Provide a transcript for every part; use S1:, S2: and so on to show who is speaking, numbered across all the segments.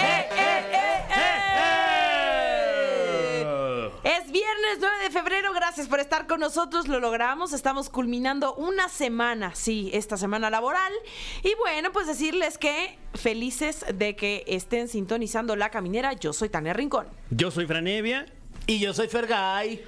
S1: eh, Es viernes 9 de febrero, gracias por estar con nosotros, lo logramos, estamos culminando una semana, sí, esta semana laboral. Y bueno, pues decirles que felices de que estén sintonizando La Caminera, yo soy Tania Rincón.
S2: Yo soy Franevia.
S3: Y yo soy Fergay.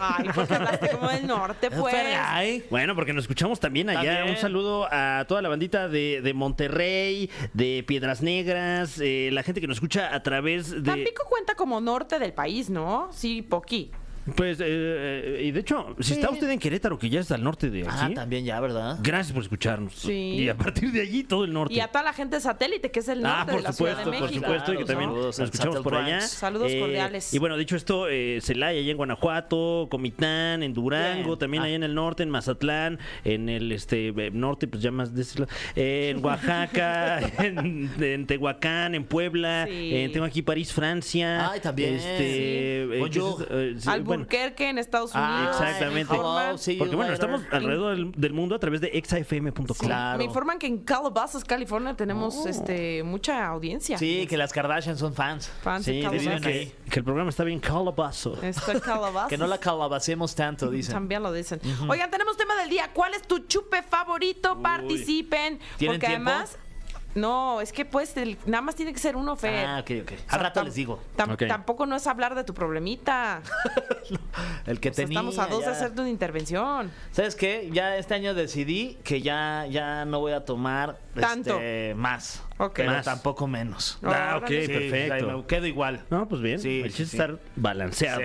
S1: Ay, porque hablaste como del norte, Eh, pues.
S3: Fergay.
S2: Bueno, porque nos escuchamos también allá.
S3: También.
S2: Un saludo a toda la bandita de, de Monterrey, de Piedras Negras, eh, la gente que nos escucha a través de.
S1: Tampico cuenta como norte del país, ¿no? Sí, poquí.
S2: Pues, eh, eh, y de hecho, si
S3: Sí.
S2: está usted en Querétaro, que ya es al norte de
S3: Ah,
S2: aquí.
S3: también ya, ¿verdad?
S2: Gracias por escucharnos.
S1: Sí.
S2: Y a partir de allí, todo el norte.
S1: Y a toda la gente de satélite, que es el norte
S2: Ah, por
S1: de la
S2: supuesto,
S1: Ciudad de
S2: por
S1: México.
S2: supuesto, y que
S3: Claro,
S2: también
S3: saludos
S2: nos
S3: al
S2: escuchamos
S3: Satel
S2: por allá.
S3: Ranch.
S1: Saludos
S2: Eh,
S1: cordiales.
S2: Y bueno, dicho esto, eh, Celaya, allá en Guanajuato, Comitán, en Durango,
S3: Bien.
S2: también
S3: Ah.
S2: allá en el norte, en Mazatlán, en el este eh, norte, pues ya más de ese lado, eh, en Oaxaca, en, en Tehuacán, en Puebla,
S1: Sí.
S2: eh, tengo aquí París, Francia.
S3: Ay, también.
S2: Este,
S3: Sí.
S2: eh, ¿qué es
S3: Bonjour.
S2: esto? Eh, sí, bueno.
S1: Alburquerque en Estados Unidos.
S3: Ah,
S2: exactamente.
S1: me informan-
S3: Wow, sí.
S2: Porque bueno,
S3: later.
S2: estamos alrededor del, del mundo a través de exafm.com.
S3: Claro. Oh.
S1: Me informan que en Calabasas, California, tenemos este mucha audiencia.
S3: Sí, que las Kardashian son fans.
S1: Fans de
S2: Sí, dicen
S1: Calabasas.
S2: que, que el programa está bien calabazo.
S1: Está Calabasas.
S3: Que no la calabacemos tanto, dicen.
S1: También lo dicen. Oigan, tenemos tema del día. ¿Cuál es tu chupe favorito? Participen.
S3: ¿Tienen
S1: porque
S3: tiempo?
S1: además. No, es que pues el- nada más tiene que ser uno, Fer.
S3: Ah, ok, ok.
S1: O sea,
S3: Al rato
S1: tam-
S3: les digo.
S1: tam-
S2: Ok.
S1: Tampoco no es hablar de tu problemita.
S3: El que
S1: O sea,
S3: tenía.
S1: estamos a dos
S3: ya.
S1: de hacerte una intervención.
S3: ¿Sabes qué? Ya este año decidí que ya, ya no voy a tomar
S1: Tanto.
S3: este, más.
S1: Ok.
S3: Pero
S2: Más.
S3: tampoco menos.
S2: Ah, ok,
S1: Órale.
S3: Sí,
S2: perfecto.
S3: o sea, me quedo igual.
S2: No, pues bien.
S3: Sí,
S2: el chiste
S3: sí,
S2: es
S3: sí.
S2: estar balanceado.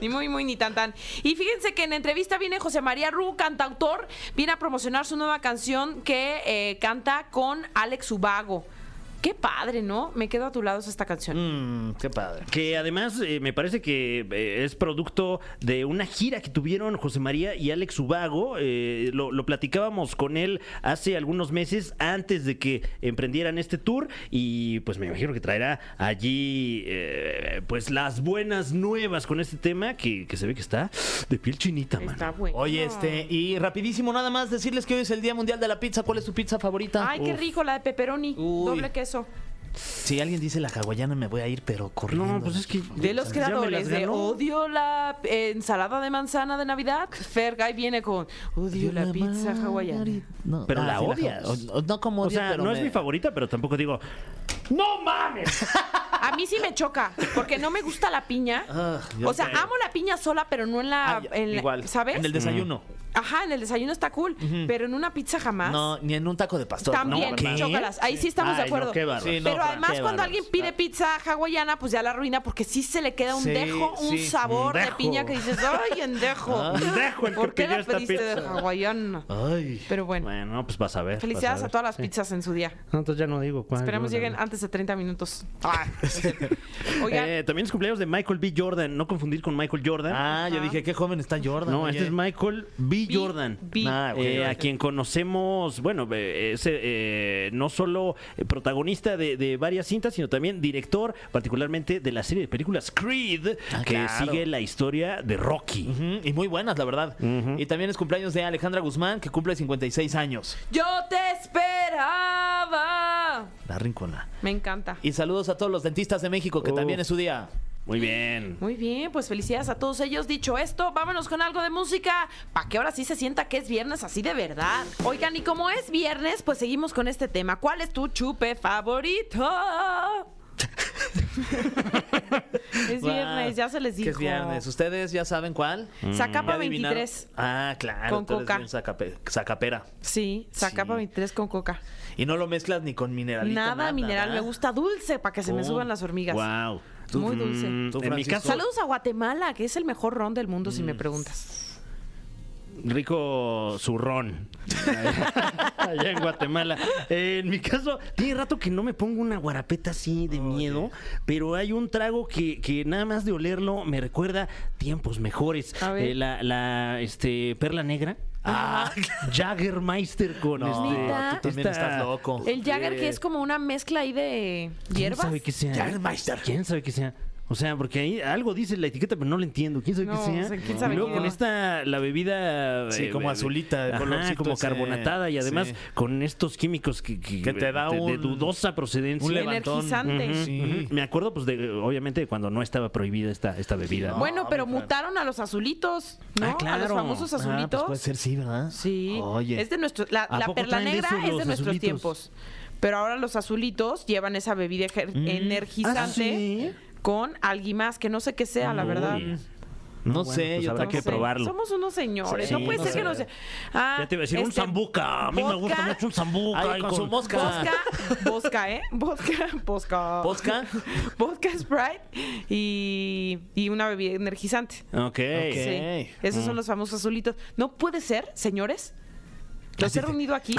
S1: Ni muy, muy, ni tan, tan. Y fíjense que en entrevista viene José María Ru, cantautor, viene a promocionar su nueva canción que eh, canta con Alex Ubago. Qué padre, ¿no? Me quedo a tu lado es esta canción.
S3: Mm, qué padre.
S2: Que además eh, me parece que eh, es producto de una gira que tuvieron José María y Alex Ubago. Eh, lo, lo platicábamos con él hace algunos meses antes de que emprendieran este tour. Y pues me imagino que traerá allí eh, pues las buenas nuevas con este tema que, que se ve que está de piel chinita, man.
S1: Está bueno.
S3: Mm, Oye, este, y rapidísimo nada más decirles que hoy es el Día Mundial de la Pizza. ¿Cuál es tu pizza favorita?
S1: Ay, qué
S3: Uf.
S1: rico, la de pepperoni.
S3: Uy.
S1: Doble queso.
S3: Si alguien dice la hawaiana me voy a ir, pero corriendo.
S2: No, pues es que.
S1: De los
S2: ya me las
S1: creadores de
S2: ganó.
S1: Odio la eh, ensalada de manzana de Navidad, Fergay viene con Odio la pizza hawaiana.
S3: No,
S2: Pero
S3: ah,
S2: la
S3: sí,
S2: odias.
S3: o- o- no como
S2: O
S3: odio,
S2: sea,
S3: pero
S2: no es
S3: me-
S2: mi favorita, pero tampoco digo. ¡No mames!
S1: A mí sí me choca, porque no me gusta la piña.
S3: Ah, yo
S1: o sea,
S3: creo.
S1: amo la piña sola, pero no en la.
S3: Ah, ya,
S1: en la-
S3: igual.
S1: ¿Sabes?
S3: En el desayuno.
S1: Ajá, en el desayuno está cool, pero en una pizza jamás.
S3: Mm. No, ni en un taco de pastor.
S1: También,
S2: no, ¿qué?
S1: chócalas. Ahí sí estamos de
S2: Ay, no,
S1: acuerdo.
S2: qué Ah. bárbaro.
S3: Sí, no,
S1: pero
S3: Fran,
S1: además,
S3: qué
S1: cuando
S3: bárbaros.
S1: alguien pide pizza hawaiana, pues ya la arruina porque sí se le queda un
S3: Sí,
S1: dejo, un
S3: sí,
S1: sabor
S2: un
S1: de
S2: dejo.
S1: piña que dices, ¡ay, endejo!
S3: Ah.
S2: Endejo el que
S1: ¿Por qué
S2: pidió
S1: la
S2: esta
S1: pediste de
S2: pizza?
S1: hawaiana?
S3: Ay.
S1: Pero bueno,
S2: Bueno, pues vas a ver.
S1: felicidades a, todas las pizzas en su día.
S2: entonces ya no digo cuál.
S1: Esperemos
S2: no, no,
S1: lleguen
S2: no.
S1: antes de 30 minutos. Ah, no es cierto. Oigan,
S2: Eh, también es cumpleaños de Michael B. Jordan. No confundir con Michael Jordan.
S3: Ah, yo
S1: Ajá.
S3: dije, qué joven está Jordan.
S2: no,
S3: oye.
S2: este es Michael B.
S1: B-
S2: Jordan.
S1: B.
S3: Ah, ok.
S2: Eh, a
S1: Jordan.
S2: quien conocemos, bueno, eh, es eh, no solo eh, protagonista de, de varias cintas, sino también director, particularmente de la serie de películas Creed,
S3: Ah,
S2: que
S3: claro.
S2: sigue la historia de Rocky.
S3: Ujú, Y muy buenas, la verdad. Y también es cumpleaños de Alejandra Guzmán, que cumple 56 años.
S1: yo te esperaba.
S3: La rincona.
S1: Me encanta.
S3: Y saludos a todos los dentistas de México, que
S2: Uf.
S3: también es su día.
S2: Muy bien.
S1: Muy bien, pues felicidades a todos ellos. Dicho esto, vámonos con algo de música para que ahora sí se sienta que es viernes así de verdad. Oigan, y como es viernes, pues seguimos con este tema. ¿Cuál es tu chupe favorito? es viernes, ya se les dijo.
S3: Que es viernes. ¿Ustedes ya saben cuál?
S2: Mm.
S1: Zacapa
S3: ¿Ya adivinaron?
S1: 23.
S3: Ah, claro.
S1: Con
S3: tú eres
S1: coca.
S3: bien zacape- zacapera.
S1: Sí, Zacapa
S3: Sí.
S1: 23 con coca.
S3: Y no lo mezclas ni con mineralito.
S1: Nada, mineral,
S3: ¿verdad?
S1: me gusta dulce para que se me
S3: Oh,
S1: suban las hormigas.
S2: Wow.
S1: Muy dulce.
S2: Mm,
S3: Tú,
S2: en mi
S3: Francisco.
S2: caso,
S1: Saludos a Guatemala, que es el mejor ron del mundo, si
S3: Mm.
S1: me preguntas.
S2: rico zurrón. Allá en Guatemala. Eh, en mi caso, tiene rato que no me pongo una guarapeta así de miedo, pero hay un trago que, que nada más de olerlo me recuerda tiempos mejores.
S1: A ver.
S2: Eh, la la, este, perla negra. Ah, Jaggermeister con
S3: No,
S2: este.
S1: Neta.
S3: tú también
S2: esta-
S3: estás loco.
S1: El Jagger, que es como una mezcla ahí de
S2: ¿Quién
S1: hierbas.
S2: sabe qué sea?
S3: Jägermeister.
S2: ¿Quién sabe qué sea? O sea, porque ahí algo dice la etiqueta, pero no lo entiendo. ¿Quién sabe
S1: No,
S2: qué sea?
S1: o sea, ¿quién sabe
S2: y luego
S1: qué?
S2: con esta, la bebida... eh,
S3: Sí, como azulita, de
S2: ajá,
S3: colorcito
S2: como
S3: ese.
S2: carbonatada y además
S3: Sí.
S2: con estos químicos que...
S3: Que te da
S2: de- De
S3: un-
S2: dudosa procedencia.
S3: un levantón.
S1: energizante.
S2: Ujú,
S3: Sí. Ah,
S2: ujú. Me acuerdo, pues, de, obviamente, de cuando no estaba prohibida esta, esta bebida. ¿no?
S1: Bueno,
S3: No,
S1: pero
S3: mi Fran.
S1: mutaron a los azulitos, ¿no?
S2: Ah,
S1: A los
S2: claro.
S1: famosos
S2: Ah,
S1: azulitos.
S3: pues sí, ¿verdad?
S1: Sí.
S3: Oye.
S1: Es de nuestro, la
S2: ¿A
S1: la
S2: poco
S1: perla
S2: traen de
S1: negra
S2: esos
S1: es de
S2: los
S1: nuestros
S2: azulitos?
S1: tiempos. Pero ahora los azulitos llevan esa bebida ejer- energizante
S2: Ah, ¿sí?
S1: con alguien más, que no sé qué sea, la
S2: Uy. pues,
S1: verdad.
S3: No sé, yo
S2: habrá
S1: No
S2: que
S1: sé.
S2: probarlo.
S1: Somos unos señores.
S2: Sí,
S1: no puede
S2: no
S1: ser
S2: sé.
S1: que no sea. Ah,
S2: Ya te iba a decir, un
S1: este,
S2: zambuca. A mí me gusta
S1: vodka,
S2: mucho un zambuca.
S3: Ay,
S2: ahí
S3: con su mosca.
S1: Bosca, bosca, ¿eh? Bosca, bosca.
S3: ¿Posca?
S1: Vodka Sprite y, y una bebida energizante.
S2: Ok. Mm.
S3: Ok.
S1: Sí. Esos son los famosos azulitos. No puede ser, señores. Los he reunido aquí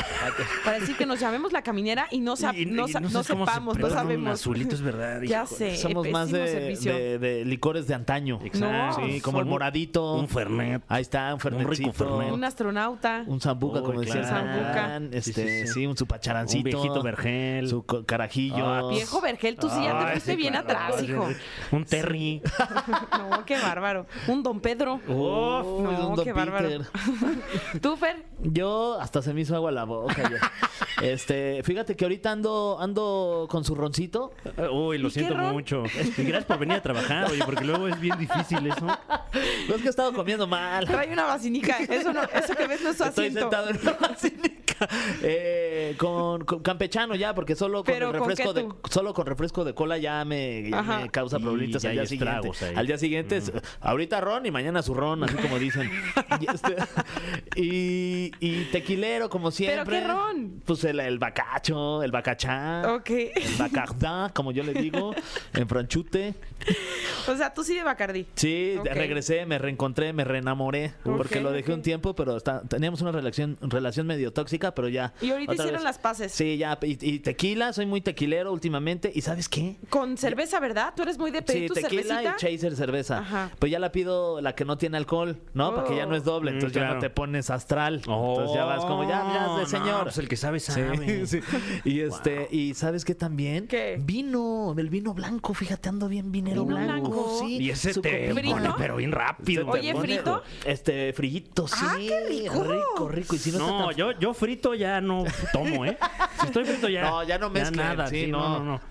S1: para decir que nos llamemos la caminera y no, sa-
S2: Y- y-
S1: no, sa-
S2: y no
S1: no
S2: sé cómo se
S1: sepamos, no
S2: prueba un
S1: sabemos.
S2: azulito, es verdad,
S1: Ya
S2: híjole.
S1: sé.
S3: Somos más
S1: pésimo
S3: de,
S1: servicio.
S3: de- de licores de antaño.
S2: Exacto.
S3: Sí, como el
S2: Un-
S3: moradito.
S2: un Fernet.
S3: Ahí está, un
S2: rico
S3: fernetcito.
S2: Fernet.
S1: Un astronauta.
S3: Un zambuca,
S2: Uy,
S3: como decía el
S2: claro.
S3: Zambucán,
S2: Sí,
S3: Este, sí,
S2: sí, sí.
S3: un supacharancito.
S2: Un viejito vergel.
S3: Su co- carajillo.
S2: Ah,
S1: Viejo Vergel, tú sí ya te
S2: Ay,
S1: fuiste
S2: sí,
S1: bien
S2: claro.
S1: atrás, hijo.
S2: Un Terry.
S1: No, qué bárbaro. Un Don Pedro.
S3: Uf,
S1: no,
S3: un Don
S1: qué bárbaro.
S3: Peter.
S1: Tú, Fer,
S3: Yo hasta se me hizo agua la boca. ya. este, fíjate que ahorita ando, ando con su roncito.
S2: Uy, lo
S1: ¿Y qué
S2: siento
S1: ron?
S2: mucho. Y gracias por venir a trabajar, oye, porque luego es bien difícil eso.
S3: No es que he estado comiendo mal.
S1: trae una vacinica. Eso, no, eso que ves no es su
S3: Estoy
S1: asiento.
S3: sentado en la basílica. Eh, con, con campechano ya, porque solo con
S1: Pero,
S3: el
S1: ¿con
S3: refresco
S1: qué
S3: de
S1: tú?
S3: solo con refresco de cola ya me, ya
S1: Ajá.
S3: me causa
S2: Y
S3: problemitas
S2: ya
S3: al
S2: hay
S3: día siguiente.
S2: estragos ahí.
S3: Al día siguiente es, ahorita ron y mañana su ron, así como dicen. y, este, y- y tequilero, como siempre.
S1: qué ron?
S3: Pues el, el bacacho, el bacachá.
S1: Ok.
S3: El bacardá, como yo le digo, en franchute.
S1: O sea, tú sí de Bacardi.
S3: Sí,
S1: Ok.
S3: regresé, me reencontré, me reenamoré,
S1: Ok,
S3: porque lo dejé
S1: ok.
S3: un tiempo, pero está- teníamos una relación, relación medio tóxica, pero ya.
S1: Y ahorita
S3: otra
S1: hicieron las paces.
S3: Sí, ya, y, y tequila, soy muy tequilero últimamente, ¿y sabes qué?
S1: Con cerveza, ¿verdad? Tú eres muy de pedir
S3: Sí,
S1: tu
S3: tequila
S1: cervecita.
S3: y chaser cerveza.
S1: Ajá.
S3: Pues ya la pido la que no tiene alcohol, ¿no? Porque ya no es doble,
S2: Mm,
S3: entonces ya
S2: claro.
S3: no te pones astral. entonces ya vas como, ya, ya, de
S2: No,
S3: señor.
S2: pues el que sabe,
S3: Sí,
S2: sabe.
S3: sí. Y este, y ¿sabes qué también?
S1: ¿Qué?
S3: Vino, el vino blanco, fíjate, ando bien vinero
S1: Vino
S3: blanco.
S1: blanco.
S3: Sí,
S2: Y ese
S3: su
S2: te
S3: copita.
S1: ¿Frito?
S2: pone, pero bien rápido.
S1: Oye,
S2: te pone-
S1: ¿frito?
S3: Este, frillito, sí.
S1: Ah, qué rico.
S3: Rico, rico. Y si no,
S2: No,
S3: está tan-
S2: yo, yo frito ya no tomo, ¿eh? Si estoy frito ya.
S3: No, ya no mezclen,
S2: nada,
S3: sí,
S2: sí, no,
S3: no.
S2: no, no.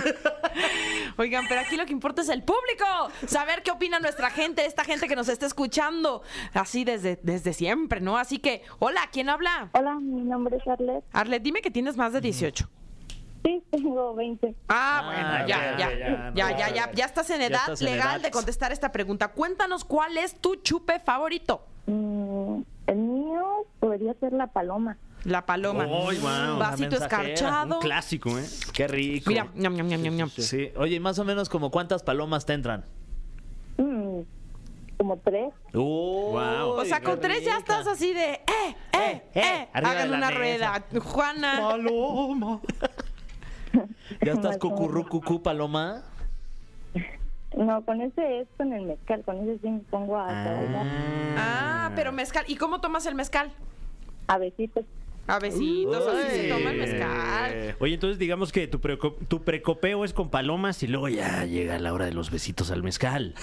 S1: Oigan, pero aquí lo que importa es el público. Saber qué opina nuestra gente, esta gente que nos está escuchando. Así desde, desde siempre, ¿no? Así que, hola, ¿quién habla?
S4: Hola, mi nombre es Arlet.
S1: Arlet, dime que tienes más de 18.
S4: Sí, tengo 20.
S1: Ah,
S3: Ah,
S1: bueno, ya,
S3: ok,
S1: ya,
S3: ok,
S1: ya,
S3: ya,
S1: ya,
S3: no,
S1: ya,
S3: ya,
S1: ya,
S3: ya.
S1: estás en
S3: Ya
S1: edad
S3: estás en
S1: legal
S3: edad.
S1: de contestar esta pregunta. Cuéntanos cuál es tu chupe favorito.
S4: Mm, el mío podría ser la paloma.
S1: La paloma.
S2: Ay, guau, una
S1: Vasito
S3: mensajera,
S1: escarchado.
S2: Un clásico, ¿eh?
S3: Qué rico.
S1: Mira, ñam, ñam, ñam, ñam, ñam.
S3: Sí. Oye, ¿y más o menos como cuántas palomas te entran.
S4: Mm, como tres.
S2: Guau.
S1: O sea, con tres ya estás así de, eh, eh, eh,
S3: Eh, eh, arriba de
S1: hagan
S3: la
S1: una
S3: mesa.
S1: rueda. Juana,
S3: Paloma. ya estás cucurrucucú, paloma.
S4: No, con ese es con el mezcal. Con ese sí me pongo a, bailar.
S1: Ah, pero mezcal. ¿Y cómo tomas el mezcal?
S4: A besitos.
S1: A besitos, así se
S3: Uy.
S1: toma el mezcal.
S2: Oye, entonces digamos que tu, preco- tu precopeo es con palomas y luego ya llega la hora de los besitos al mezcal.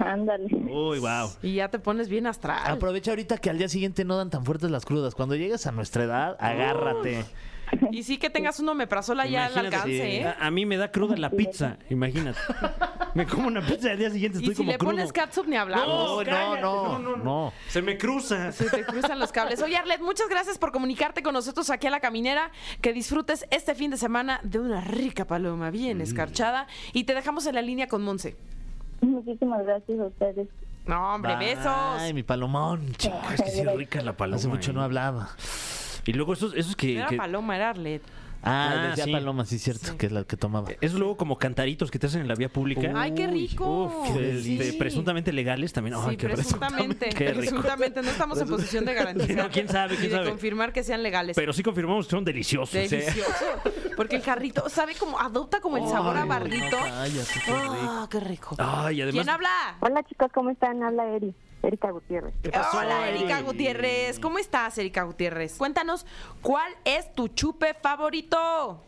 S4: Ándale.
S2: Uy, wow.
S1: Y ya te pones bien
S2: Ah,
S1: astral.
S2: pues.
S3: Aprovecha ahorita que al día siguiente no dan tan fuertes las crudas. Cuando llegues a nuestra edad, agárrate.
S1: Y sí que tengas un omeprazol allá al alcance, ¿eh?
S2: a, a mí me da cruda la pizza, imagínate. me como una pizza y al día siguiente estoy
S1: Y si
S2: como
S1: le
S2: crudo.
S1: pones catsup ni hablamos.
S3: no,
S2: cállate,
S3: no,
S2: no, no,
S3: no,
S2: no.
S3: no.
S2: Se me cruza.
S1: Se te cruzan los cables. Oye, Arlet, muchas gracias por comunicarte con nosotros aquí a La Caminera. Que disfrutes este fin de semana de una rica paloma bien
S2: Mm.
S1: escarchada. Y te dejamos en la línea con Monse.
S4: Muchísimas gracias a ustedes.
S1: No, hombre,
S3: Bye,
S1: besos.
S3: mi palomón. Chinga,
S2: Es que sí es rica la paloma.
S3: Hace mucho
S2: ¿eh?
S3: no hablaba.
S2: Y luego esos, esos que...
S1: No era
S2: que-
S1: paloma, era Arlet.
S3: Ah,
S2: Ah,
S3: decía
S2: sí.
S3: paloma, sí, cierto, que es la que tomaba.
S2: esos luego como cantaritos que te hacen en la vía pública.
S1: Ay, qué rico.
S2: Uf, este,
S1: Sí.
S2: presuntamente legales también. Ay,
S1: Sí,
S2: qué
S1: presuntamente.
S2: Qué rico.
S1: Presuntamente. No estamos en posición de garantizar.
S2: No, quién sabe, quién
S1: y de
S2: sabe.
S1: confirmar que sean legales.
S2: Pero sí confirmamos que son deliciosos. ¿eh?
S1: Delicioso. Porque el jarrito sabe como, adopta como el sabor a barrito.
S3: cállate,
S1: Ah, qué rico.
S2: Ay, además.
S1: ¿Quién habla?
S4: Hola, chicos, ¿cómo están? Habla Eri. Erika Gutiérrez.
S1: Hola, Erika
S2: Eri?
S1: Gutiérrez. ¿Cómo estás, Erika Gutiérrez? Cuéntanos, ¿cuál es tu chupe favorito?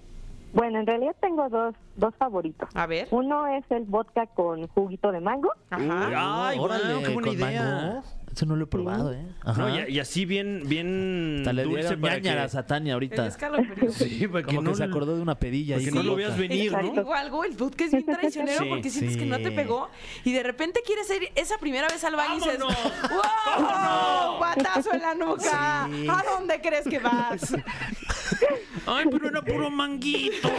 S4: Bueno, en realidad tengo dos, dos favoritos.
S1: A ver. Ah.
S4: Uno es el vodka con juguito de mango.
S2: Uy, ah, ay, guau, qué buena
S3: Ah, con
S2: idea.
S3: mango. Eso no lo he
S1: Uh.
S3: probado, ¿eh? Ajá.
S2: No, y, y así bien, bien
S3: Hasta le
S2: dulce
S3: dieron
S2: para que,
S3: ñañaras a Tania ahorita.
S2: Sí, para
S3: Como que
S2: no-
S3: se acordó de una pedilla.
S2: para que
S3: ahí
S2: no lo
S3: loca.
S2: veas venir, ¿no?
S1: Digo algo, el dude que es bien traicionero
S2: Sí,
S1: porque sientes que no te
S3: sí.
S1: pegó y de repente quieres ir esa primera vez al baño y dices,
S2: ¡Vámonos!
S1: ¡Wow! ¡Patazo en la nuca! ¿A dónde crees que vas?
S2: Ay, pero era puro manguito.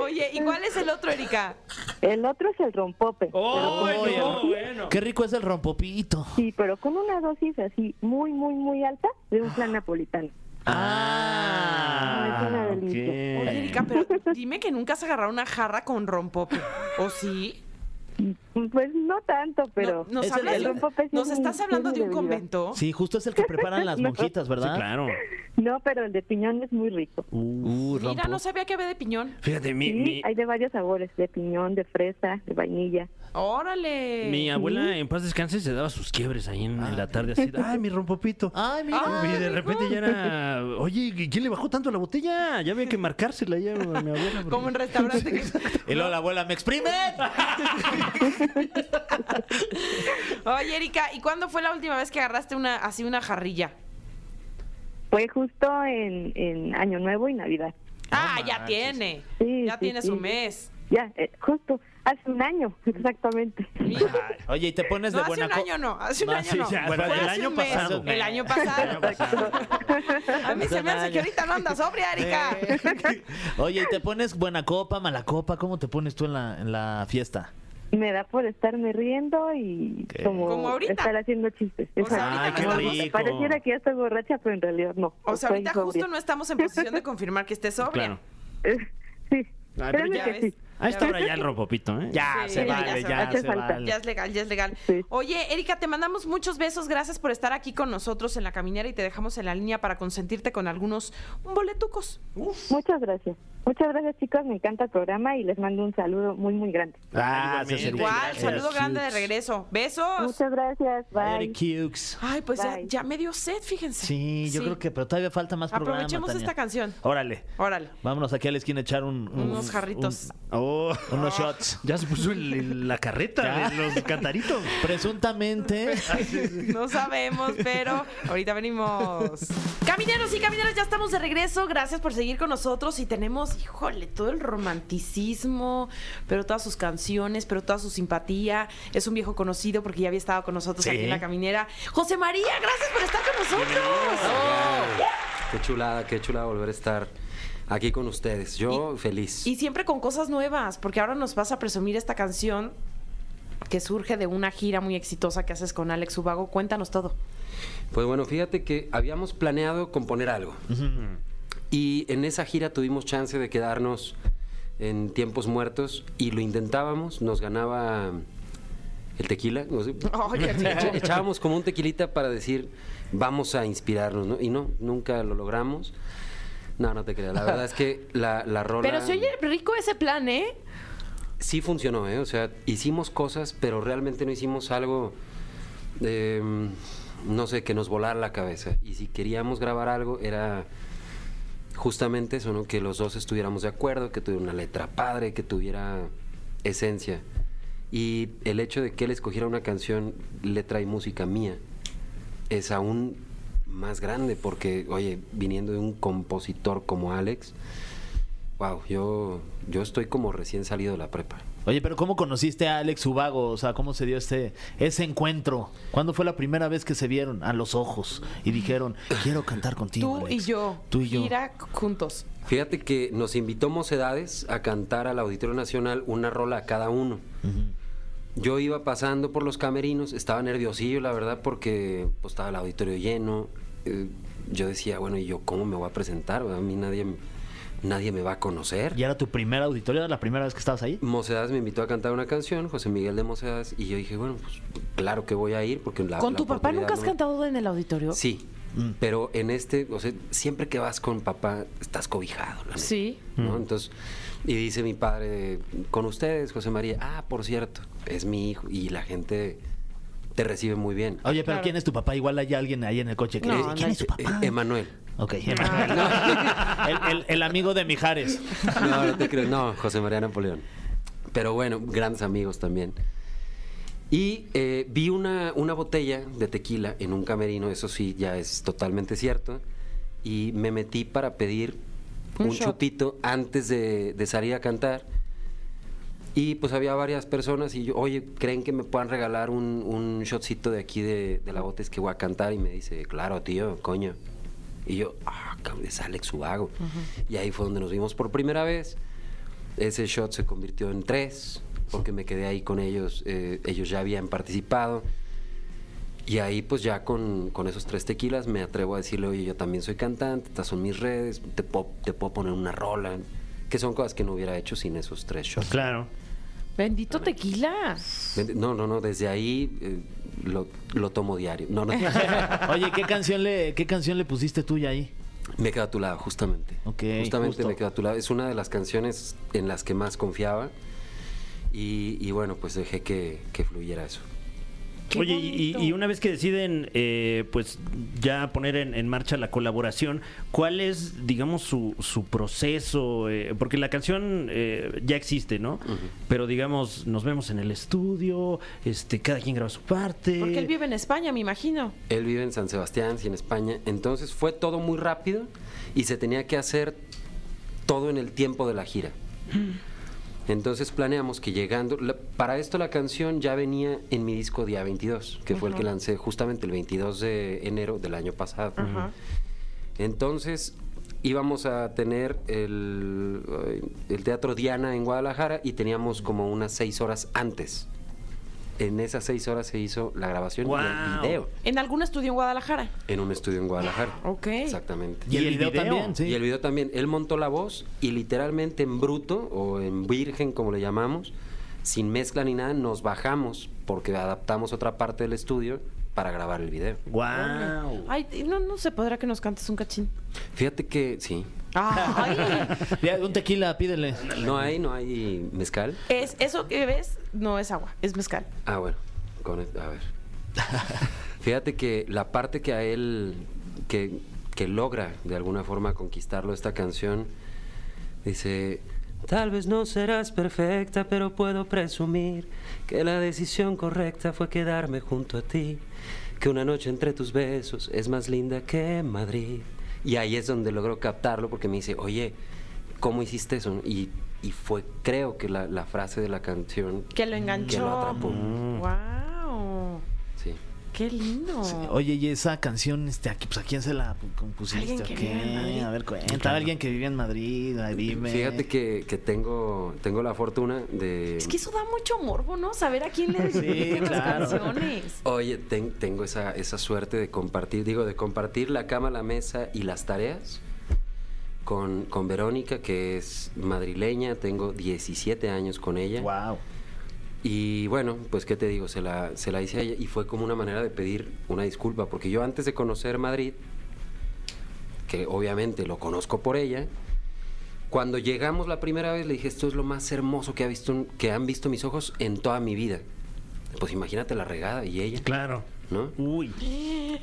S1: Oye, ¿y cuál es el otro, Erika?
S4: El otro es el rompope.
S2: Ay,
S4: pero con
S2: no,
S4: una dosis-
S2: bueno.
S3: Qué rico es el rompopito.
S4: Sí, pero con una dosis así muy, muy, muy alta de un plan napolitano.
S3: Ah,
S4: Ay, es una
S3: ok.
S4: delicia.
S1: Oye, Erika, pero dime que nunca has agarrado una jarra con rompope. ¿O sí?
S4: Pues no tanto, pero
S1: No- nos,
S3: es el-
S1: hablas
S3: el
S1: de-
S4: rompope sí
S1: nos
S4: es mi-
S1: estás
S4: sí es
S1: hablando
S4: mi
S1: de un
S4: debilidad.
S1: convento.
S3: Sí, justo es el que preparan las monjitas, ¿verdad?
S2: Sí, claro.
S4: no, pero el de piñón es muy rico.
S3: Uh,
S1: Mira,
S3: rompo.
S1: no sabía que había de piñón.
S2: Fíjate, mi,
S4: Sí,
S2: mi,
S4: hay de varios sabores, de piñón, de fresa, de vainilla.
S1: Órale.
S2: mi abuela en paz descanse se daba sus quiebres ahí en, en
S3: Ah.
S2: la tarde así. Ay, mi rompopito.
S3: Ay, mira.
S2: y de repente ya era, oye, ¿quién le bajó tanto a la botella? Ya había que marcársela ya a mi abuela. porque-
S1: Como en restaurante. que-
S3: Y luego la abuela, ¿me exprime?
S1: Oye, Erika, ¿y cuándo fue la última vez que agarraste una así una jarrilla?
S4: Fue justo en, en Año Nuevo y Navidad.
S1: ah, ya
S3: manches.
S1: tiene.
S4: Sí,
S1: ya
S4: sí,
S1: tiene su
S4: sí.
S1: mes.
S4: Ya, eh, justo hace un año, exactamente.
S1: Mira.
S3: Oye, y te pones
S1: No,
S3: de
S1: hace
S3: buena
S1: un
S3: co-
S1: año no, hace un
S3: No,
S1: año
S3: sí,
S1: no.
S3: ya,
S1: Fue
S3: bueno,
S2: el
S1: hace
S2: año
S1: un mes,
S2: pasado.
S1: El año
S2: El año
S1: pasado.
S2: pasado.
S1: A mí se me hace que ahorita no andas sobria, Erika.
S3: Eh. Oye, ¿y te pones buena copa, mala copa? ¿Cómo te pones tú en la, en la fiesta?
S4: Me da por estarme riendo y
S3: ¿Qué?
S4: como,
S1: Como ahorita.
S4: estar haciendo chistes.
S1: O sea,
S4: Exacto.
S1: ahorita no
S2: Ay, Ah, qué
S1: estamos-
S2: rico.
S4: Pareciera que ya estoy borracha, pero en realidad no.
S1: O sea,
S4: Estoy
S1: ahorita justo
S4: sobria.
S1: no estamos en posición de confirmar que estés sobria.
S2: Claro.
S4: Eh, sí,
S2: Ah, pero
S4: créeme
S1: ya
S4: que
S1: ves.
S4: sí.
S2: A esta hora ya el rompopito, ¿eh?
S3: Ya,
S1: Sí,
S3: se
S1: ya
S3: vale,
S1: se
S3: ya,
S4: vale.
S3: se
S4: Hace falta.
S3: vale.
S1: Ya es legal, ya es legal.
S4: Sí.
S1: Oye, Erika, te mandamos muchos besos. Gracias por estar aquí con nosotros en la caminera y te dejamos en la línea para consentirte con algunos boletucos.
S4: Muchas gracias. Muchas gracias, chicos. Me encanta el programa y les mando un saludo muy, muy grande.
S3: Ah,
S2: Igualmente.
S3: se
S1: Igual,
S3: gracias.
S1: saludo grande de regreso. Besos.
S4: Muchas gracias. Bye.
S3: Very cukes.
S1: Ay, pues ya,
S4: Bye.
S1: ya me dio sed, fíjense.
S3: Sí, yo creo que, pero todavía falta más programa,
S1: Aprovechemos
S3: Tania.
S1: esta canción.
S3: Órale.
S1: Órale.
S3: Vámonos aquí a la esquina a echar un, un-
S1: Unos jarritos.
S3: un-
S2: Oh.
S3: unos shots.
S2: Ya se puso el- el- la carreta
S3: Ya.
S2: de los cantaritos.
S3: Presuntamente.
S1: No sabemos, pero ahorita venimos. Camineros y camineras, ya estamos de regreso. Gracias por seguir con nosotros. Y tenemos, híjole, todo el romanticismo, pero todas sus canciones, pero toda su simpatía. Es un viejo conocido porque ya había estado con nosotros
S3: Sí.
S1: aquí en la caminera. José María, gracias por estar con nosotros. ¡Oh!
S5: Qué chulada, qué chulada volver a estar aquí con ustedes. Yo feliz.
S1: Y siempre con cosas nuevas, porque ahora nos vas a presumir esta canción que surge de una gira muy exitosa que haces con Alex Ubago. Cuéntanos todo.
S5: Pues bueno, fíjate que habíamos planeado componer algo. Y en esa gira tuvimos chance de quedarnos en tiempos muertos y lo intentábamos, nos ganaba el tequila. no sé.
S1: Ay, qué rico.
S5: Echa- Echábamos como un tequilita para decir, vamos a inspirarnos, ¿no? Y no, nunca lo logramos. No, no te creas. La verdad es que la, la rola...
S1: Pero se oye rico ese plan, ¿eh?
S5: sí funcionó, ¿eh? O sea, hicimos cosas, pero realmente no hicimos algo, eh, no sé, que nos volara la cabeza. Y si queríamos grabar algo, era justamente eso, ¿no? Que los dos estuviéramos de acuerdo, que tuviera una letra padre, que tuviera esencia. Y el hecho de que él escogiera una canción, letra y música mía, es aún más grande, porque, oye, viniendo de un compositor como Alex, wow, yo, yo estoy como recién salido de la prepa.
S3: Oye, pero ¿cómo conociste a Alex Ubago? O sea, ¿cómo se dio este ese encuentro? ¿Cuándo fue la primera vez que se vieron a los ojos y dijeron, quiero cantar contigo?
S1: Tú y
S3: Alex"?
S1: yo.
S3: Tú y yo.
S1: Gira juntos.
S5: Fíjate que nos invitó Mocedades a cantar al Auditorio Nacional una rola a cada uno. Yo iba pasando por los camerinos, estaba nerviosillo, la verdad, porque pues, estaba el auditorio lleno. Eh, yo decía, bueno, ¿y yo cómo me voy a presentar? A mí nadie, nadie me va a conocer.
S3: ¿Y era tu primera auditoría, la primera vez que estabas ahí?
S5: Mocedades me invitó a cantar una canción, José Miguel de Mocedades, y yo dije, bueno, pues claro que voy a ir porque la
S1: ¿Con
S5: la
S1: tu papá
S5: oportunidad
S1: nunca has
S5: no me-
S1: cantado en el auditorio?
S5: Sí, Pero en este, o sea, siempre que vas con papá, estás cobijado. la neta,
S1: Sí.
S5: ¿no?
S3: Mm.
S5: Entonces, y dice mi padre, con ustedes, José María, ah, por cierto, es mi hijo. Y la gente te recibe muy bien.
S3: Oye, pero ¿quién es tu papá? Igual hay alguien ahí en el coche que
S1: No,
S3: dice, ¿quién
S1: no
S3: es tu
S1: hay-
S3: papá?
S5: Eh, Emanuel.
S3: ok, el, el- el amigo de Mijares.
S5: No, no te creo. No, José María Napoleón. Pero bueno, grandes amigos también. Y eh, vi una, una botella de tequila en un camerino, eso sí, ya es totalmente cierto. Y me metí para pedir
S1: Un
S5: un,
S1: shot.
S5: chutito antes de, de salir a cantar. Y pues había varias personas y yo, oye, ¿creen que me puedan regalar un, un shotcito de aquí de, de la bota? Es que voy a cantar. Y me dice, claro, tío, coño. Y yo, ah, cabrón, es Alex Ubago. Y ahí fue donde nos vimos por primera vez. Ese shot se convirtió en tres, porque me quedé ahí con ellos. eh, ellos ya habían participado. Y ahí, pues ya con, con esos tres tequilas, me atrevo a decirle, oye, yo también soy cantante, estas son mis redes, te puedo, te puedo poner una rola. Que son cosas que no hubiera hecho sin esos tres shots.
S2: Claro.
S1: Bendito tequila.
S5: Vente- No, no, no, desde ahí eh, lo, lo tomo diario. No, no,
S3: Oye, ¿qué canción le, qué canción le pusiste tuya ahí?
S5: me quedo a tu lado, justamente.
S3: Ok,
S5: justamente
S3: justo.
S5: me quedo a tu lado. Es una de las canciones en las que más confiaba. Y, y bueno, pues dejé que, que fluyera eso.
S1: Qué
S2: Oye, y,
S1: bonito.
S2: y una vez que deciden, eh, pues ya poner en, en marcha la colaboración, ¿cuál es, digamos, su, su proceso? Eh, porque la canción eh, ya existe, ¿no? Pero digamos, nos vemos en el estudio, este, cada quien graba su parte.
S1: Porque él vive en España, me imagino.
S5: Él vive en San Sebastián, sí, en España. Entonces fue todo muy rápido y se tenía que hacer todo en el tiempo de la gira. Entonces planeamos que llegando. la- para esto la canción ya venía en mi disco Día 22, que fue el que lancé justamente el 22 de enero del año pasado. Entonces íbamos a tener el, ay, el Teatro Diana en Guadalajara y teníamos como unas seis horas antes. En esas seis horas se hizo la grabación y el
S2: ¡Guau!
S5: video.
S1: En algún estudio en Guadalajara.
S5: En un estudio en Guadalajara.
S1: Ok.
S5: Exactamente.
S3: Y, el, video, también, sí.
S5: Y el video también. Él montó la voz y literalmente en bruto o en virgen, como le llamamos, sin mezcla ni nada, nos bajamos porque adaptamos otra parte del estudio para grabar el video.
S2: ¡Wow!
S1: Ay, no, no se podrá que nos cantes un cachín.
S5: Fíjate que sí.
S3: Ah.
S1: Ay.
S3: Ya, Un tequila, pídele.
S5: No hay, no hay mezcal.
S1: Es, eso que ves no es agua, es mezcal.
S5: Ah, bueno. Con el- a ver. Fíjate que la parte que a él, que, que logra de alguna forma conquistarlo esta canción, dice, tal vez no serás perfecta, pero puedo presumir que la decisión correcta fue quedarme junto a ti, que una noche entre tus besos es más linda que Madrid. Y ahí es donde logró captarlo porque me dice, oye, ¿cómo hiciste eso? Y, y fue, creo que la, la frase de la canción
S1: Que lo enganchó.
S5: que lo atrapó.
S1: Mm. Wow.
S5: Sí.
S1: Qué lindo.
S3: Oye, y esa canción, este, aquí, pues, ¿a quién se la compusiste?
S1: Alguien que
S3: o
S1: vive en
S3: qué?
S1: Madrid.
S3: A ver, cuenta. Alguien que vivía en Madrid, ahí vive.
S5: Fíjate que, que tengo, tengo la fortuna de...
S1: Es que eso da mucho morbo, ¿no? Saber a quién le dedican
S3: claro.
S1: las canciones.
S5: Oye, ten- tengo esa, esa suerte de compartir, digo, de compartir la cama, la mesa y las tareas con, con Verónica, que es madrileña, tengo 17 años con ella.
S3: Wow.
S5: Y bueno, pues qué te digo, se la, se la hice a ella y fue como una manera de pedir una disculpa, porque yo antes de conocer Madrid, que obviamente lo conozco por ella, cuando llegamos la primera vez le dije, esto es lo más hermoso que, ha visto, que han visto mis ojos en toda mi vida. Pues imagínate la regada y ella,
S2: Claro.
S5: ¿no?
S2: Uy.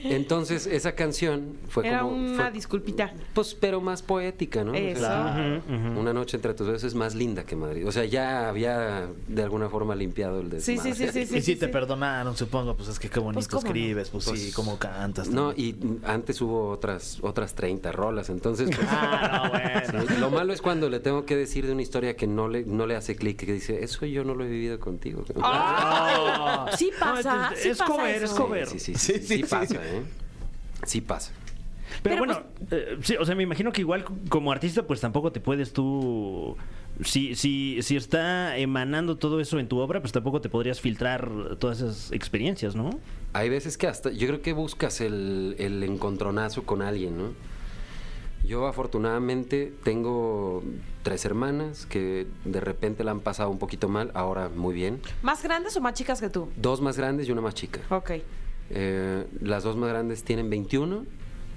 S5: Entonces esa canción fue
S1: Era
S5: como...
S1: una
S5: fue-
S1: disculpita.
S5: Pues pero más poética, ¿no? O sea,
S1: Eso.
S5: Una noche entre tus besos es más linda que Madrid. O sea, ya había de alguna forma limpiado el
S1: Sí,
S5: desmadre.
S1: sí, sí, sí, sí.
S3: y si
S1: sí,
S3: te
S1: sí.
S3: perdonaron, supongo, pues es que qué bonito
S1: cómo no.
S3: escribes, pues, sí,
S5: Pues,
S3: cómo cantas.
S5: No,
S3: también.
S5: y mm, antes hubo otras otras 30 rolas, entonces... pues,
S3: Ah, no, bueno.
S5: sí, Lo malo es cuando le tengo que decir de una historia que no le, no le hace clic, que dice, eso yo no lo he vivido contigo.
S1: ¡Ah! Sí
S2: No,
S1: pasa.
S2: es-
S1: sí
S2: es
S1: pasa
S2: cover,
S1: eso.
S2: es cover.
S5: Sí, sí, sí, sí,
S3: Sí, sí,
S5: sí
S3: sí.
S5: pasa, ¿eh? Sí pasa.
S2: Pero,
S1: Pero,
S2: bueno, eh, sí, o sea, me imagino que igual c- como artista, pues tampoco te puedes tú. Si, si, si está emanando todo eso en tu obra, pues tampoco te podrías filtrar todas esas experiencias, ¿no?
S5: Hay veces que hasta, yo creo que buscas el, el encontronazo con alguien, ¿no? Yo afortunadamente tengo tres hermanas que de repente la han pasado un poquito mal, ahora muy bien.
S1: ¿Más grandes o más chicas que tú?
S5: Dos más grandes y una más chica.
S1: Ok.
S5: Eh, las dos más grandes tienen 21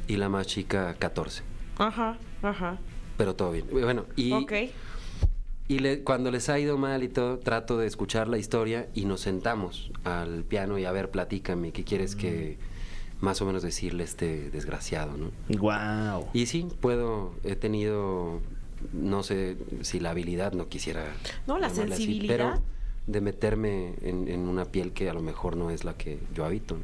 S5: y la más chica 14.
S1: Ajá, ajá.
S5: Pero todo bien. Bueno, y,
S1: ok.
S5: y le- cuando les ha ido mal y todo, trato de escuchar la historia y nos sentamos al piano y a ver, platícame, ¿qué quieres que
S1: Mm.
S5: más o menos decirle a este desgraciado, no?
S2: Wow.
S5: Y sí, puedo, he tenido, no sé si la habilidad, no quisiera...
S1: No, la
S5: llamarla así,
S1: sensibilidad.
S5: pero de meterme en, en una piel que a lo mejor no es la que yo habito. ¿no?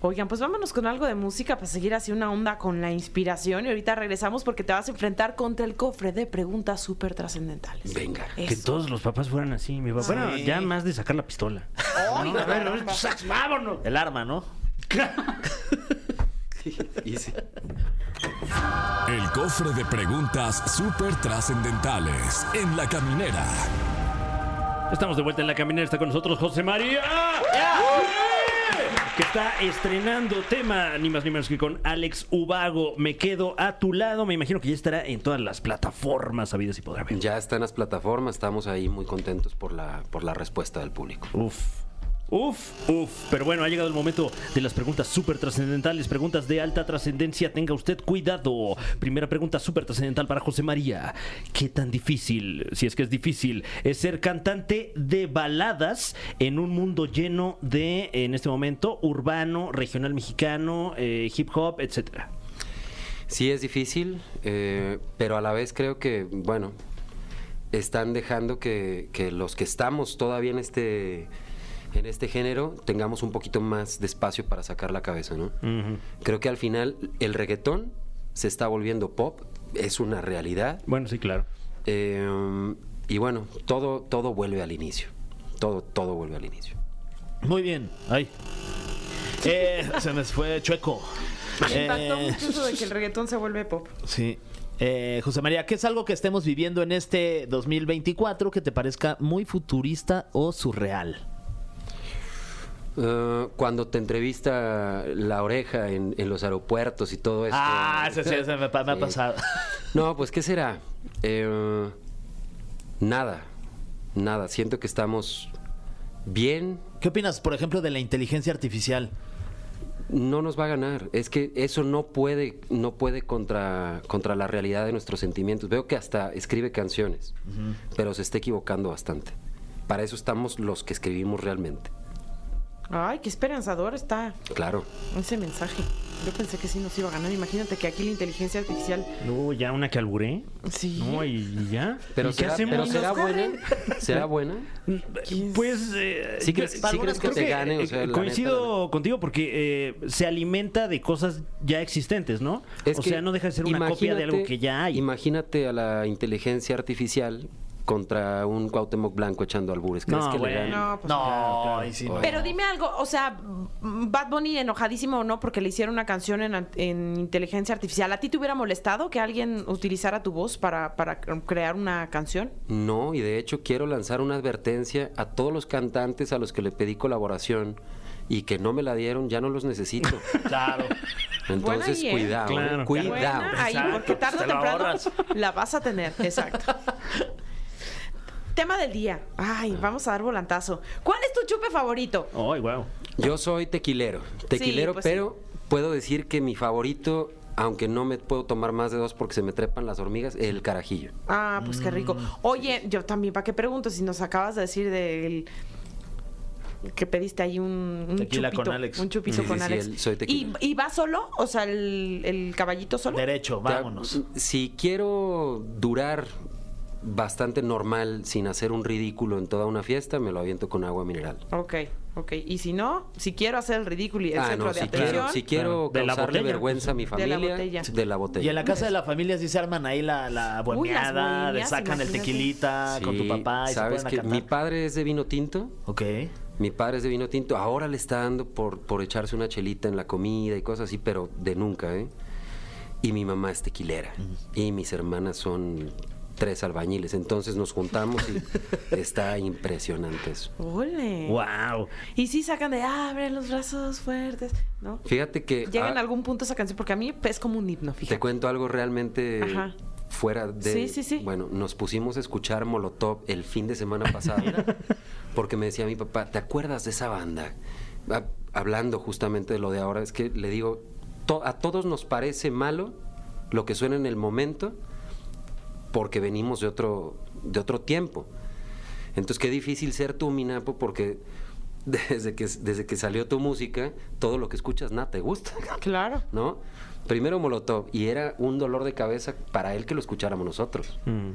S1: Oigan, pues vámonos con algo de música para seguir así una onda con la inspiración. Y ahorita regresamos porque te vas a enfrentar contra el cofre de preguntas súper trascendentales.
S5: Venga.
S2: Que
S1: Eso.
S2: todos los papás fueran así, mi papá. Bueno, ya más de sacar la pistola. No, a ver, a ver, sax, vámonos.
S3: El arma, ¿no?
S5: Y sí.
S6: El cofre de preguntas súper trascendentales en la caminera.
S2: Estamos de vuelta en la caminera, está con nosotros José María. Que está estrenando tema, ni más ni menos que con Alex Ubago. Me quedo a tu lado. Me imagino que ya estará en todas las plataformas habidas y podrá ver.
S5: Ya está en las plataformas, estamos ahí muy contentos por la, por la respuesta del público.
S2: Uf. Uf, uf. Pero bueno, ha llegado el momento de las preguntas súper trascendentales, preguntas de alta trascendencia. Tenga usted cuidado. Primera pregunta súper trascendental para José María. ¿Qué tan difícil, si es que es difícil, es ser cantante de baladas en un mundo lleno de, en este momento, urbano, regional mexicano, eh, hip hop, etcétera?
S5: Sí es difícil, eh, pero a la vez creo que, bueno, están dejando que, que los que estamos todavía en este, en este género tengamos un poquito más de espacio para sacar la cabeza, ¿no? Creo que al final el reggaetón se está volviendo pop, es una realidad.
S2: Bueno, sí, claro.
S5: eh, y bueno, todo, todo vuelve al inicio. Todo, todo vuelve al inicio.
S3: Muy bien. Ay. Eh, se me fue chueco.
S1: Me impactó
S3: Eh,
S1: mucho eso de que el reggaetón se vuelve pop.
S3: Sí. Eh, José María, ¿qué es algo que estemos viviendo en este 2024 que te parezca muy futurista o surreal?
S5: Eh, cuando te entrevista la oreja en, en los aeropuertos y todo esto.
S3: Ah, ese sí, ese me, pa- me
S5: Este, Sí.
S3: ha pasado.
S5: No, pues ¿qué será? Eh, nada, nada. Siento que estamos bien.
S3: ¿Qué opinas, por ejemplo, de la inteligencia artificial?
S5: No nos va a ganar. Es que eso no puede, no puede contra, contra la realidad de nuestros sentimientos. Veo que hasta escribe canciones, pero se está equivocando bastante. Para eso estamos los que escribimos realmente.
S1: Ay, qué esperanzador está
S5: Claro.
S1: ese mensaje. Yo pensé que sí nos iba a ganar. Imagínate que aquí la inteligencia artificial.
S2: No, ya una que alburé.
S1: Sí.
S2: No, y y ya.
S5: Pero
S2: ¿Y qué
S5: será,
S2: hacemos?
S5: pero será
S1: Nos
S5: buena. ¿Será buena?
S2: Pues. eh,
S5: ¿Sí crees-
S2: yo- para
S5: sí crees
S2: algunas
S5: que
S2: creo
S5: te gane? O sea,
S2: eh,
S5: la
S2: coincido
S5: neta,
S2: contigo porque eh, se alimenta de cosas ya existentes, ¿no?
S5: Es
S2: o
S5: que
S2: sea, no deja de ser una copia de algo
S5: imagínate-
S2: que ya hay.
S5: Imagínate a la inteligencia artificial contra un Cuauhtémoc Blanco echando albures. ¿Crees
S2: No,
S5: que
S2: bueno.
S5: le gane?
S1: No, pues.
S3: No, y sí, no.
S1: Pero dime algo, o sea, mm, Bad Bunny enojadísimo o no porque le hicieron una canción en, ant- en inteligencia artificial. ¿A ti te hubiera molestado que alguien utilizara tu voz para, para crear una canción?
S5: No, y de hecho quiero lanzar una advertencia a todos los cantantes a los que le pedí colaboración y que no me la dieron, ya no los necesito.
S3: Claro.
S5: Entonces,
S1: idea.
S5: cuidado,
S2: Claro.
S5: cuidado.
S1: Buena ahí,
S3: Exacto,
S1: porque tarde o
S3: te lo
S1: temprano
S3: ahorras.
S1: la vas a tener. Exacto. Tema del día. Ay, vamos a dar volantazo. ¿Cuál es tu chupe favorito?
S2: Ay, wow.
S5: Yo soy tequilero, tequilero,
S1: pues sí.
S5: pero puedo decir que mi favorito, aunque no me puedo tomar más de dos porque se me trepan las hormigas, el carajillo.
S1: Ah, pues qué
S5: Mm.
S1: rico. Oye, yo también, ¿para qué pregunto si nos acabas de decir del que pediste ahí un, un
S3: Tequila
S1: chupito,
S3: con Alex.
S1: un chupito
S5: Sí,
S1: con
S5: sí,
S1: Alex?
S5: el- soy
S1: ¿Y,
S5: tequila.
S1: y va solo? O sea, el, el caballito solo.
S3: Derecho,
S5: Ya,
S3: vámonos.
S5: Si quiero durar bastante normal sin hacer un ridículo en toda una fiesta, me lo aviento con agua mineral.
S1: Ok, ok. Y si no, si quiero hacer el ridículo y el
S5: ah,
S1: centro
S5: no,
S1: de
S5: si
S1: atención.
S5: quiero, si
S2: Claro,
S5: quiero
S2: de la
S5: causarle
S2: botella.
S5: vergüenza a mi
S1: De la
S5: familia,
S1: botella.
S5: de la botella.
S3: Y en la casa de la familia sí se arman ahí la, la
S1: Uy, las
S3: bohemiada, le
S1: bohemias,
S3: sacan el
S1: imagínate.
S3: tequilita con tu
S5: Sí,
S3: papá y
S5: Sabes
S3: se
S5: que
S3: ponen a
S5: mi
S3: cantar.
S5: padre es de vino tinto.
S3: Ok.
S5: Mi padre es de vino tinto. Ahora le está dando por, por echarse una chelita en la comida y cosas así, pero de nunca, ¿eh? Y mi mamá es tequilera. Y mis hermanas son tres albañiles. Entonces nos juntamos y está impresionante eso.
S1: Ole.
S2: Wow.
S1: Y sí sacan de abre los brazos fuertes, ¿no?
S5: Fíjate que.
S1: Llega en
S5: ah,
S1: algún punto esa canción, porque a mí es como un himno,
S5: Te
S1: fíjate.
S5: cuento algo realmente
S1: Ajá.
S5: fuera de.
S1: Sí, sí, sí.
S5: Bueno, nos pusimos a escuchar Molotov el fin de semana pasado. porque me decía mi papá, ¿te acuerdas de esa banda? Ah, Hablando justamente de lo de ahora, es que le digo, to- a todos nos parece malo lo que suena en el momento porque venimos de otro, de otro tiempo. Entonces qué difícil ser tú, Minapo, porque desde que, desde que salió tu música, todo lo que escuchas, nada, te gusta.
S1: Claro.
S5: ¿no? Primero Molotov, y era un dolor de cabeza para él que lo escucháramos nosotros.
S1: Mm.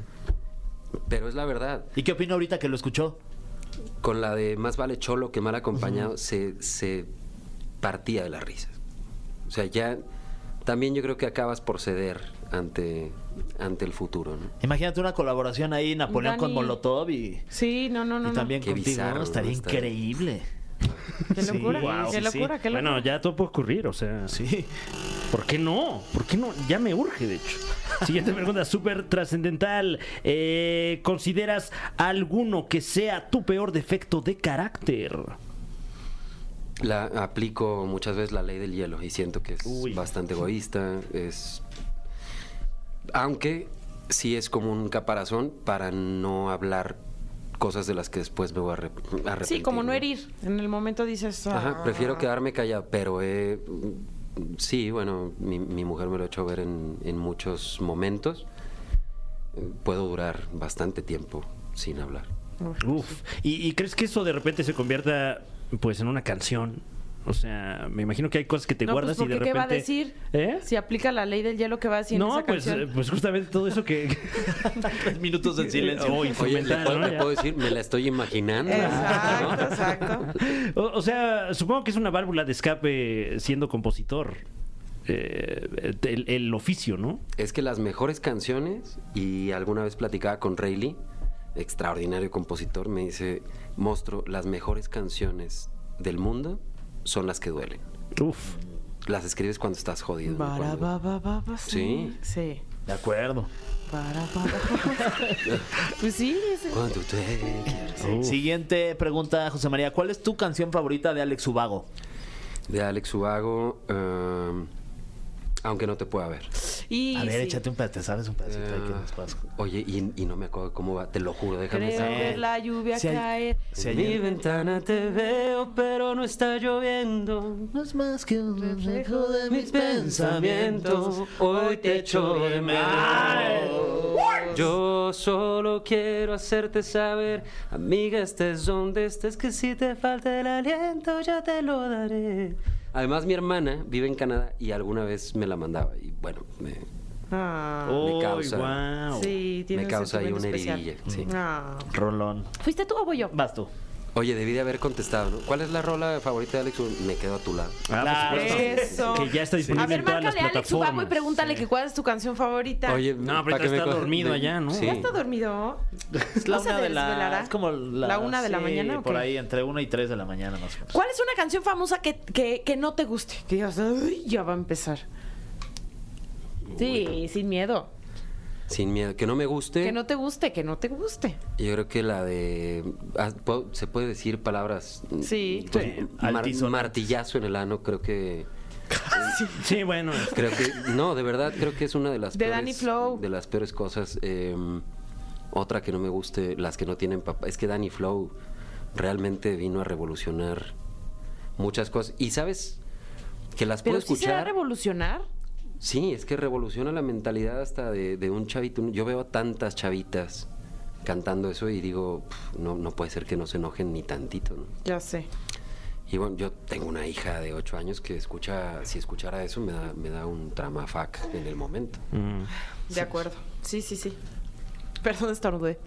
S5: Pero es la verdad.
S3: ¿Y qué opina ahorita que lo escuchó?
S5: Con la de Más vale cholo que mal acompañado, se, se partía de la risa. O sea, ya también yo creo que acabas por ceder ante, ante el futuro, ¿no?
S3: Imagínate una colaboración ahí, Napoleón con
S1: Dani.
S3: Molotov y,
S1: Sí, no, no,
S3: y
S1: no. no.
S3: también
S5: Qué
S3: contigo.
S5: bizarro,
S3: ¿no? Estaría
S5: ¿no? Está-
S3: increíble.
S1: Qué locura, qué locura, qué locura.
S2: Bueno, ya todo puede ocurrir, o sea.
S3: Sí.
S2: ¿Por qué no? ¿Por qué no? Ya me urge, de hecho. Siguiente pregunta, súper trascendental. Eh, ¿Consideras alguno que sea tu peor defecto de carácter?
S5: La, aplico muchas veces la ley del hielo y siento que es
S2: Uy.
S5: bastante egoísta. Es, aunque sí es como un caparazón para no hablar cosas de las que después me voy a arre- arrepentir.
S1: Sí, como no herir. En el momento dices.
S5: Ajá,
S1: "Ah".
S5: prefiero quedarme callado, pero eh, sí, bueno, mi, mi mujer me lo ha hecho ver en, en muchos momentos. Eh, Puedo durar bastante tiempo sin hablar.
S2: Uf. ¿Y, y crees que eso de repente se convierta pues en una canción? O sea, me imagino que hay cosas que te
S1: No,
S2: guardas
S1: pues,
S2: y de
S1: porque ¿Qué
S2: repente.
S1: va a decir?
S2: ¿Eh?
S1: Si aplica la ley del hielo, ¿qué va a decir? en
S2: no,
S1: esa
S2: pues, eh,
S1: canción?
S2: pues justamente todo eso que.
S3: Tres minutos en silencio.
S2: Oh,
S5: Oye, ¿le
S2: instrumental,
S5: puedo,
S2: ¿no?
S5: le
S2: Ya.
S5: puedo decir? Me la estoy imaginando.
S2: eh,
S1: Exacto, exacto.
S2: O, o sea, supongo que es una válvula de escape siendo compositor. Eh, el, el oficio, ¿no?
S5: Es que las mejores canciones, y alguna vez platicaba con Rayleigh, extraordinario compositor, me dice, monstruo, las mejores canciones del mundo son las que duelen.
S2: Uf.
S5: Las escribes cuando estás jodido. ¿no?
S1: Para,
S5: Cuando-
S1: ba, ba, ba, ba, sí.
S5: Sí.
S1: Sí.
S3: De acuerdo.
S1: Para, para, ba. Pues sí, es-
S5: Cuando tú te-
S2: Uf.
S3: Siguiente pregunta, José María. ¿Cuál es tu canción favorita de Alex Ubago?
S5: De Alex Ubago, um, aunque no te pueda ver.
S1: Y
S3: A ver,
S1: sí. Ah.
S3: échate un pedacito, ¿sabes? Un pedacito ahí que nos paso.
S5: Ah, Oye, y, y no me acuerdo cómo va, te lo juro, déjame
S1: Creo
S5: saber.
S1: ver la lluvia
S3: Si hay-
S1: caer.
S3: si
S5: En
S3: hay-
S5: mi ventana te veo, pero no está lloviendo.
S3: No es más que un reflejo de
S5: mis pensamientos, hoy te echo de menos. Yo solo quiero hacerte saber, amiga, estés donde estés, que si te falta el aliento, ya te lo daré. Además, mi hermana vive en Canadá y alguna vez me la mandaba. Y bueno, me,
S1: Ah,
S2: Uy,
S5: causa.
S2: guau.
S1: sí, tiene
S5: me
S1: un
S5: causa ahí
S1: sentimiento
S5: una
S1: especial.
S5: heridilla. sí.
S1: Ah.
S3: Rolón.
S1: ¿Fuiste tú o voy yo?
S3: Vas tú.
S5: Oye, debí de haber contestado, ¿no? ¿Cuál es la rola favorita de Alex? Me quedo a tu lado.
S2: Ah, por supuesto.
S1: Eso.
S2: Que ya está
S1: A
S2: disponible
S1: ver,
S2: en todas las
S1: márcale a Alex
S2: plataformas.
S1: Ubago y pregúntale que cuál es tu canción favorita.
S5: Oye,
S2: No, pero
S5: pa' que me
S2: está
S5: co-
S2: dormido
S5: de-
S2: allá, ¿no?
S5: Sí.
S1: ¿Ya está dormido?
S3: Es
S1: ¿No se desvelará?
S3: Es como la,
S1: ¿La una de la
S3: sí,
S1: mañana o
S3: Por
S1: qué?
S3: ahí, entre una y tres de la mañana más o menos.
S1: ¿Cuál es una canción famosa que, que, que no te guste? Que digas, "Ay, ya va a empezar. Sí, sin miedo.
S5: Sin miedo. Que no me guste.
S1: Que no te guste, que no te guste.
S5: Yo creo que la de. ah, ¿puedo- ¿Se puede decir palabras?
S1: Sí.
S5: Pues,
S3: Sí,
S5: mar-
S3: altisonantes.
S5: martillazo en el ano, creo que.
S2: Sí, bueno.
S5: Creo que. No, de verdad, creo que es una de las
S1: De
S5: peores.
S1: Danny Flow.
S5: De las peores cosas. eh, otra que no me guste, las que no tienen papá. Es que Danny Flow realmente vino a revolucionar muchas cosas. Y sabes que las puedo
S1: Pero sí será
S5: escuchar.
S1: revolucionar.
S5: Sí, es que revoluciona la mentalidad hasta de, de un chavito. Yo veo a tantas chavitas cantando eso y digo, "Pf, no, no puede ser que no se enojen ni tantito. ¿no?".
S1: Ya sé.
S5: Y bueno, yo tengo una hija de 8 años que escucha, si escuchara eso, me da, me da un tramafac en el momento.
S2: Mm.
S1: De acuerdo. Sí, sí, sí. Perdón, estornudé.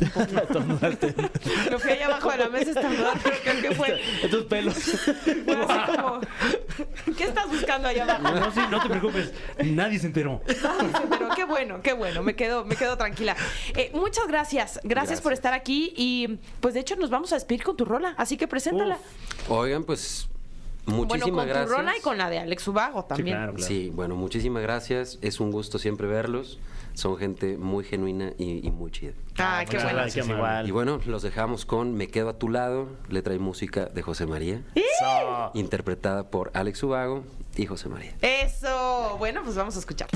S1: Lo fui allá abajo de la mesa a estornudar, pero creo que fue,
S3: Estos pelos.
S1: fue así como... ¿Qué estás buscando allá abajo?
S2: No, sí, no te preocupes. Nadie se enteró.
S1: Pero qué bueno, qué bueno, me quedo, me quedo tranquila. Eh, muchas gracias. gracias, por estar aquí y pues de hecho nos vamos a despedir con tu rola, así que preséntala.
S2: Uf,
S5: Oigan, pues,
S1: bueno,
S5: muchísimas
S1: con
S5: gracias.
S1: tu rola y con la de Alex Ubago también.
S2: claro.
S5: Sí, bueno, muchísimas gracias. Es un gusto siempre verlos. Son gente muy genuina y- y muy chida.
S1: Ah, qué
S2: muchas
S1: bueno.
S2: gracias.
S5: Y bueno, los dejamos con Me quedo a tu lado, letra y música de José María, interpretada por Alex Ubago y José María.
S1: Eso. Bueno, pues vamos a escuchar.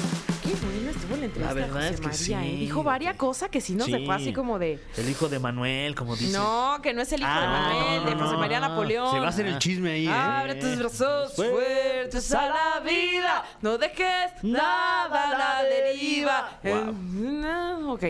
S7: Quiero
S1: Qué bueno estuvo la entrevista.
S3: La verdad
S1: de
S3: es que
S1: José María, ¿eh?
S3: sí.
S1: Dijo varias cosas que sí nos
S3: Sí.
S1: dejó así como de.
S3: El hijo de Manuel, como dice.
S1: No, que no es el hijo de
S3: Ah,
S1: Manuel, de
S3: no, Ah. no,
S1: José María
S3: no.
S1: Napoleón. Ah,
S2: Se va a hacer el chisme ahí, ¿eh?
S1: Abre tus brazos
S2: Fuertes
S1: fuertes a la vida. No dejes nada a la deriva.
S2: Wow.
S1: Eh, no, ok.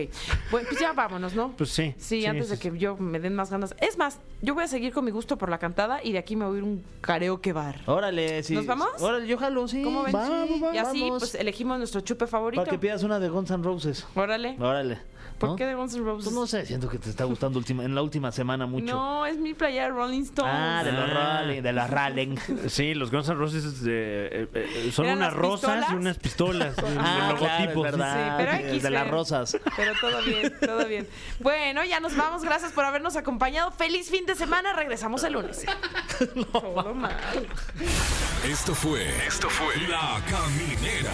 S1: Bueno, pues ya vámonos, ¿no?
S2: Pues sí.
S1: Sí, antes de que yo me den más ganas. Es más, yo voy a seguir con mi gusto por la cantada y de aquí me voy a ir a un karaoke bar.
S3: Órale, sí.
S1: ¿Nos vamos?
S3: Órale, yo jalo, sí.
S1: ¿Cómo ven?
S3: Vamos,
S1: y así
S3: vamos.
S1: pues elegimos nuestro chupe favorito.
S3: Para que pidas una de Guns N' Roses.
S1: Órale.
S3: Órale.
S1: ¿Por
S3: ¿no?
S1: qué de Guns N' Roses?
S3: Pues no sé, siento que te está gustando última- en la última semana mucho.
S1: No, es mi playa de Rolling Stones.
S3: Ah, de los
S2: Ah.
S3: Rolling, de los Rolling.
S2: Sí, los Guns N' Roses eh, eh, eh, son
S1: ¿Eran
S2: unas
S1: las
S2: rosas
S1: pistolas?
S2: y unas pistolas. de
S3: Ah, claro, es
S2: logotipos.
S3: verdad.
S1: Sí, pero
S3: de-
S1: X, eh.
S3: de las
S1: Fer.
S3: rosas.
S1: Pero todo bien, todo bien. Bueno, ya nos vamos. Gracias por habernos acompañado. Feliz fin de semana. Regresamos el lunes. Todo mal.
S6: Esto fue. Esto fue. La Caminera.